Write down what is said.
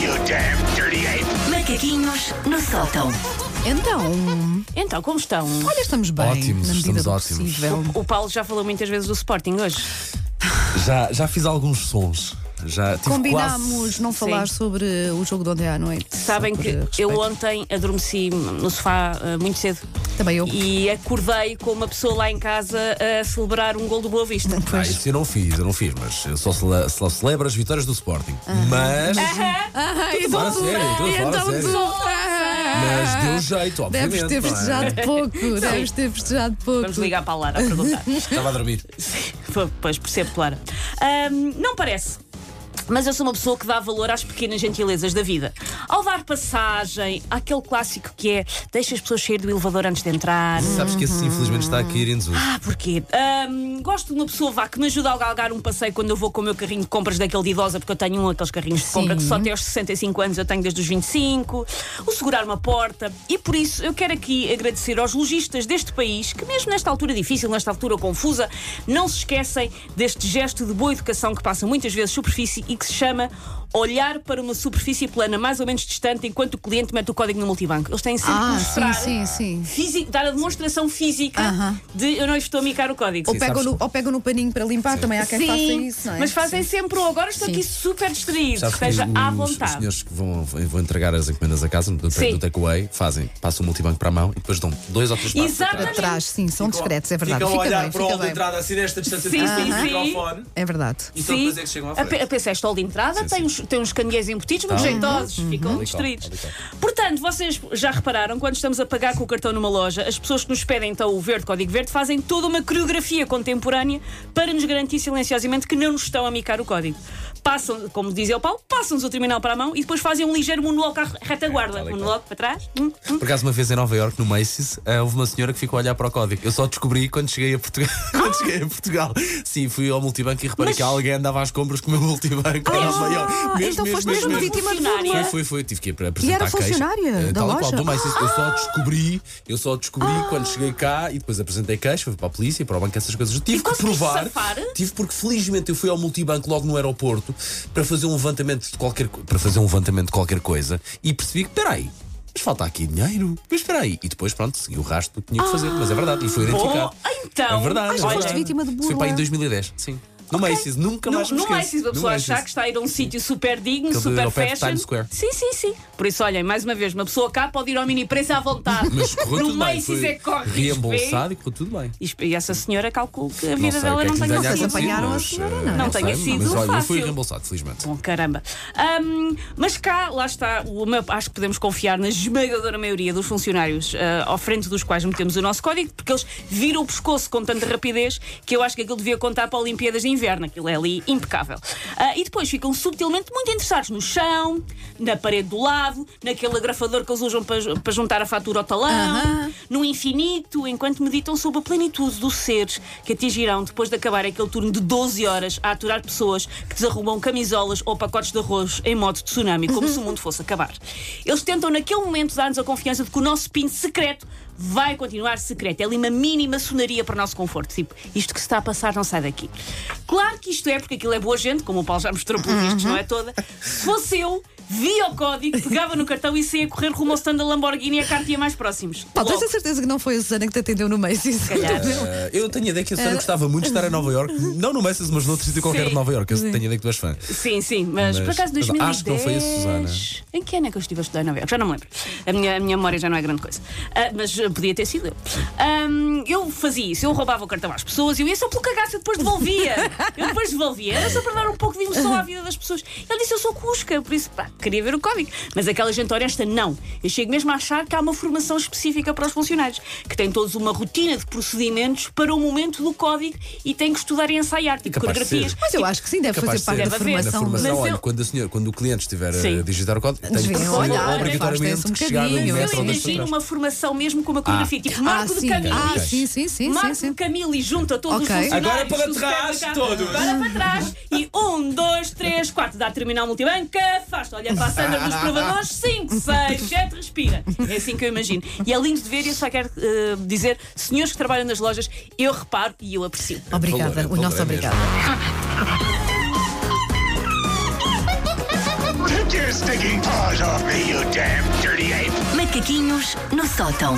you damn dirty ape! Macaquinhos no sótão. Então, Então, como estão? olha, estamos bem. Ótimos, na medida estamos do ótimos. possível. O Paulo já falou muitas vezes do Sporting hoje. Já, já fiz alguns sons. Já tive Combinámos quase... não falar Sim. sobre o jogo de ontem à noite. Sabem Por, que eh, eu respeito. ontem adormeci no sofá eh, muito cedo Também eu. e acordei com uma pessoa lá em casa a celebrar um gol do Boa Vista. Ah, isso eu não fiz, eu não fiz, mas eu só, cele- só celebro as vitórias do Sporting. Mas. Ah, Estou a falar a sério, estou a falar a então, tu- sério. Mas deu jeito, obviamente. Deves ter não é? festejado pouco. Deves ter festejado pouco. Vamos ligar para a Lara a perguntar. Estava a dormir. P- pois percebo, Clara. Ahm, não parece. Mas eu sou uma pessoa que dá valor às pequenas gentilezas da vida. Ao dar passagem, há aquele clássico que é deixa as pessoas sair do elevador antes de entrar. Sabes que esse infelizmente está aqui ir em desuso. Ah, porquê? Ahm, gosto de uma pessoa vá que me ajuda a galgar um passeio quando eu vou com o meu carrinho de compras daquele de idosa, porque eu tenho um daqueles carrinhos de compra que só até aos 65 anos eu tenho desde os 25, o segurar uma porta. E por isso eu quero aqui agradecer aos lojistas deste país que, mesmo nesta altura difícil, nesta altura confusa, não se esquecem deste gesto de boa educação que passa muitas vezes superfície e que se chama olhar para uma superfície plana mais ou menos distante enquanto o cliente mete o código no multibanco. Eles têm sempre que Ah, mostrar. sim, sim, sim. fisi- dar a demonstração física Aham. de eu não estou a micar o código. Ou pegam, sabes no, que- ou pegam no paninho para limpar, também há quem Sim, faça isso, não é? mas fazem sempre o agora estou Sim. aqui super distraído, Sabes que um esteja à os- Os vontade. senhores que vão, vão entregar as encomendas a casa, do, Sim. do takeaway, fazem, passam o multibanco para a mão e depois dão dois ou três passos. Exatamente. atrás. Atrás, sim, são discretos, é verdade. Ficam a Fica olhar bem, para o fica hall de bem. entrada, assim nesta distância Sim, de distância sim, do sim. microfone. É verdade. E só depois é que chegam à frente. Pensa, esta hall de entrada tem, Uns, tem uns candeeiros embutidos, muito jeitosos, Uhum. ficam distraídos. tal e Portanto, vocês já repararam, quando estamos a pagar com o cartão numa loja, as pessoas que nos pedem então o verde, código verde, fazem toda uma coreografia contemporânea para nos garantir silenciosamente que não nos estão a micar o código. Passam, como dizia o Paulo, passam-nos o terminal para a mão e depois fazem um ligeiro monólogo à retaguarda. É, tal e qual. monólogo para trás. Hum, hum. Por acaso, uma vez em Nova Iorque, no Macy's, eh, houve uma senhora que ficou a olhar para o código. Eu só descobri quando cheguei a Portugal. quando cheguei a Portugal. Sim, fui ao multibanco e reparei Mas- que alguém andava às compras com o meu multibanco. em Nova Iorque. Ah, então foste mesmo é um vítima de Funcionária. bullying. Foi, foi, foi. Tive que ir para apresentar era a queixa. funcionária Eh, da tal e qual, loja? do Macy's. Eu Ah! só descobri, eu só descobri quando cheguei cá e depois apresentei queixa, fui para a polícia, para o banco, essas coisas. Eu Tive que conseguiste provar. safar? Tive porque felizmente eu fui ao multibanco logo no aeroporto para fazer um levantamento de qualquer co- para fazer um levantamento de qualquer coisa e percebi que peraí. Mas falta aqui dinheiro. Mas espera aí. E depois, pronto, segui o rastro do que tinha que fazer. Mas é verdade. E foi identificado. Oh, então. É verdade. Ah, é já foste verdade. vítima de Foi burla? para aí em 2010. Sim. No Macy's. Nunca No, mais me no esqueço. Macy's, a No tipo pessoa achar Macy's. que está a ir a um sítio super digno, Aquele super ao pé de fashion. Times Square. Sim, sim, sim. Por isso, olhem, mais uma vez, uma pessoa cá pode ir ao mini preço à vontade. Mas correu no tudo bem. Macy's Foi é que corre risco, reembolsado e correu tudo bem. E esp- E essa senhora calculo que a vida sei o dela que é não um que lhe tenha tenha sido. acontecido. apanharam a mas, senhora, eh, não é? Não tenha sei, sido Mas olha, eu fui fácil. reembolsado, felizmente. Bom, caramba. Ahm, mas cá, lá está, o meu- acho que podemos confiar na esmagadora maioria dos funcionários ah, ao frente dos quais metemos o nosso código, porque eles viram o pescoço com tanta rapidez que eu acho que aquilo devia contar para Olimpíadas de Inverno, aquilo é ali impecável. Ah, e depois ficam subtilmente muito interessados no chão, na parede do lado, naquele agrafador que eles usam para, ju- para juntar a fatura ao talão, no infinito, enquanto meditam sobre a plenitude dos seres que atingirão depois de acabar aquele turno de 12 horas a aturar pessoas que desarrumam camisolas ou pacotes de arroz em modo de tsunami, como se o mundo fosse acabar. Eles tentam, naquele momento, dar-nos a confiança de que o nosso pin secreto vai continuar secreto. É ali uma mínima sonaria para o nosso conforto. Tipo, isto que se está a passar não sai daqui. Claro que isto é porque aquilo é boa gente, como o Paulo já mostrou pelos vistos, não é toda. Se fosse eu, via o código, pegava no cartão e saía a correr rumo ao stand da Lamborghini e a Cartier mais próximos. Pá, Logo. tens a certeza que não foi a Susana que te atendeu no Macy's? calhar. Eh, eu tenho a ideia que a senhora gostava muito de estar em Nova Iorque, não no Macy's, mas noutro sítio qualquer de Nova Iorque. Eu tenho a ideia que tu és fã. Sim, sim, mas, Mas- por acaso mas 2010. acho que não foi a Susana. Em que ano é que eu estive a estudar em Nova Iorque? Já não me lembro. A minha, a minha memória já não é grande coisa. Ah, mas ah, podia ter sido eu. Ahm, eu fazia isso, eu roubava o cartão às pessoas e eu ia só pelo cagaço, eu depois devolvia. eu depois devolvia. Era só para dar um pouco de emoção à vida das pessoas. Ele disse: Eu sou cusca, por isso, pá, queria ver o código. Mas aquela gente honesta, não. Eu chego mesmo a achar que há uma formação específica para os funcionários, que têm todos uma rotina de procedimentos para o momento do código e têm que estudar e ensaiar, tipo capaz de ser. coreografias. Mas eu acho que sim, deve Capaz fazer de parte da ser. Deve haver. Na formação. formação, mas olha, eu- quando, a senhora, quando o cliente estiver Sim. a digitar o código, tem Devem que olhar, olhar, obrigatoriamente afastem-se um chegar bocadinho. a um Eu metro Eu ou dois imagino atrás. uma formação mesmo com uma coreografia, tipo Ah, Marco de sim. Camilo. Ah, Ok. sim, sim, sim. Marco sim, sim. de Camilo e junta todos Ok. os funcionários. Agora é para do trás, supermercado. todos. Agora é para trás. E um, dois, três, quatro. Dá a terminal multibanca, faz olha para a Sandra dos provadores. Cinco, seis, sete, respira. É assim que eu imagino. E é lindo de ver e eu só quero eh, dizer, senhores que trabalham nas lojas, eu reparo e eu aprecio. Obrigada, Valor, é o nosso valor, é mesmo. obrigada. Take your your stinking paws off me, you damn dirty ape! Macaquinhos no sótão.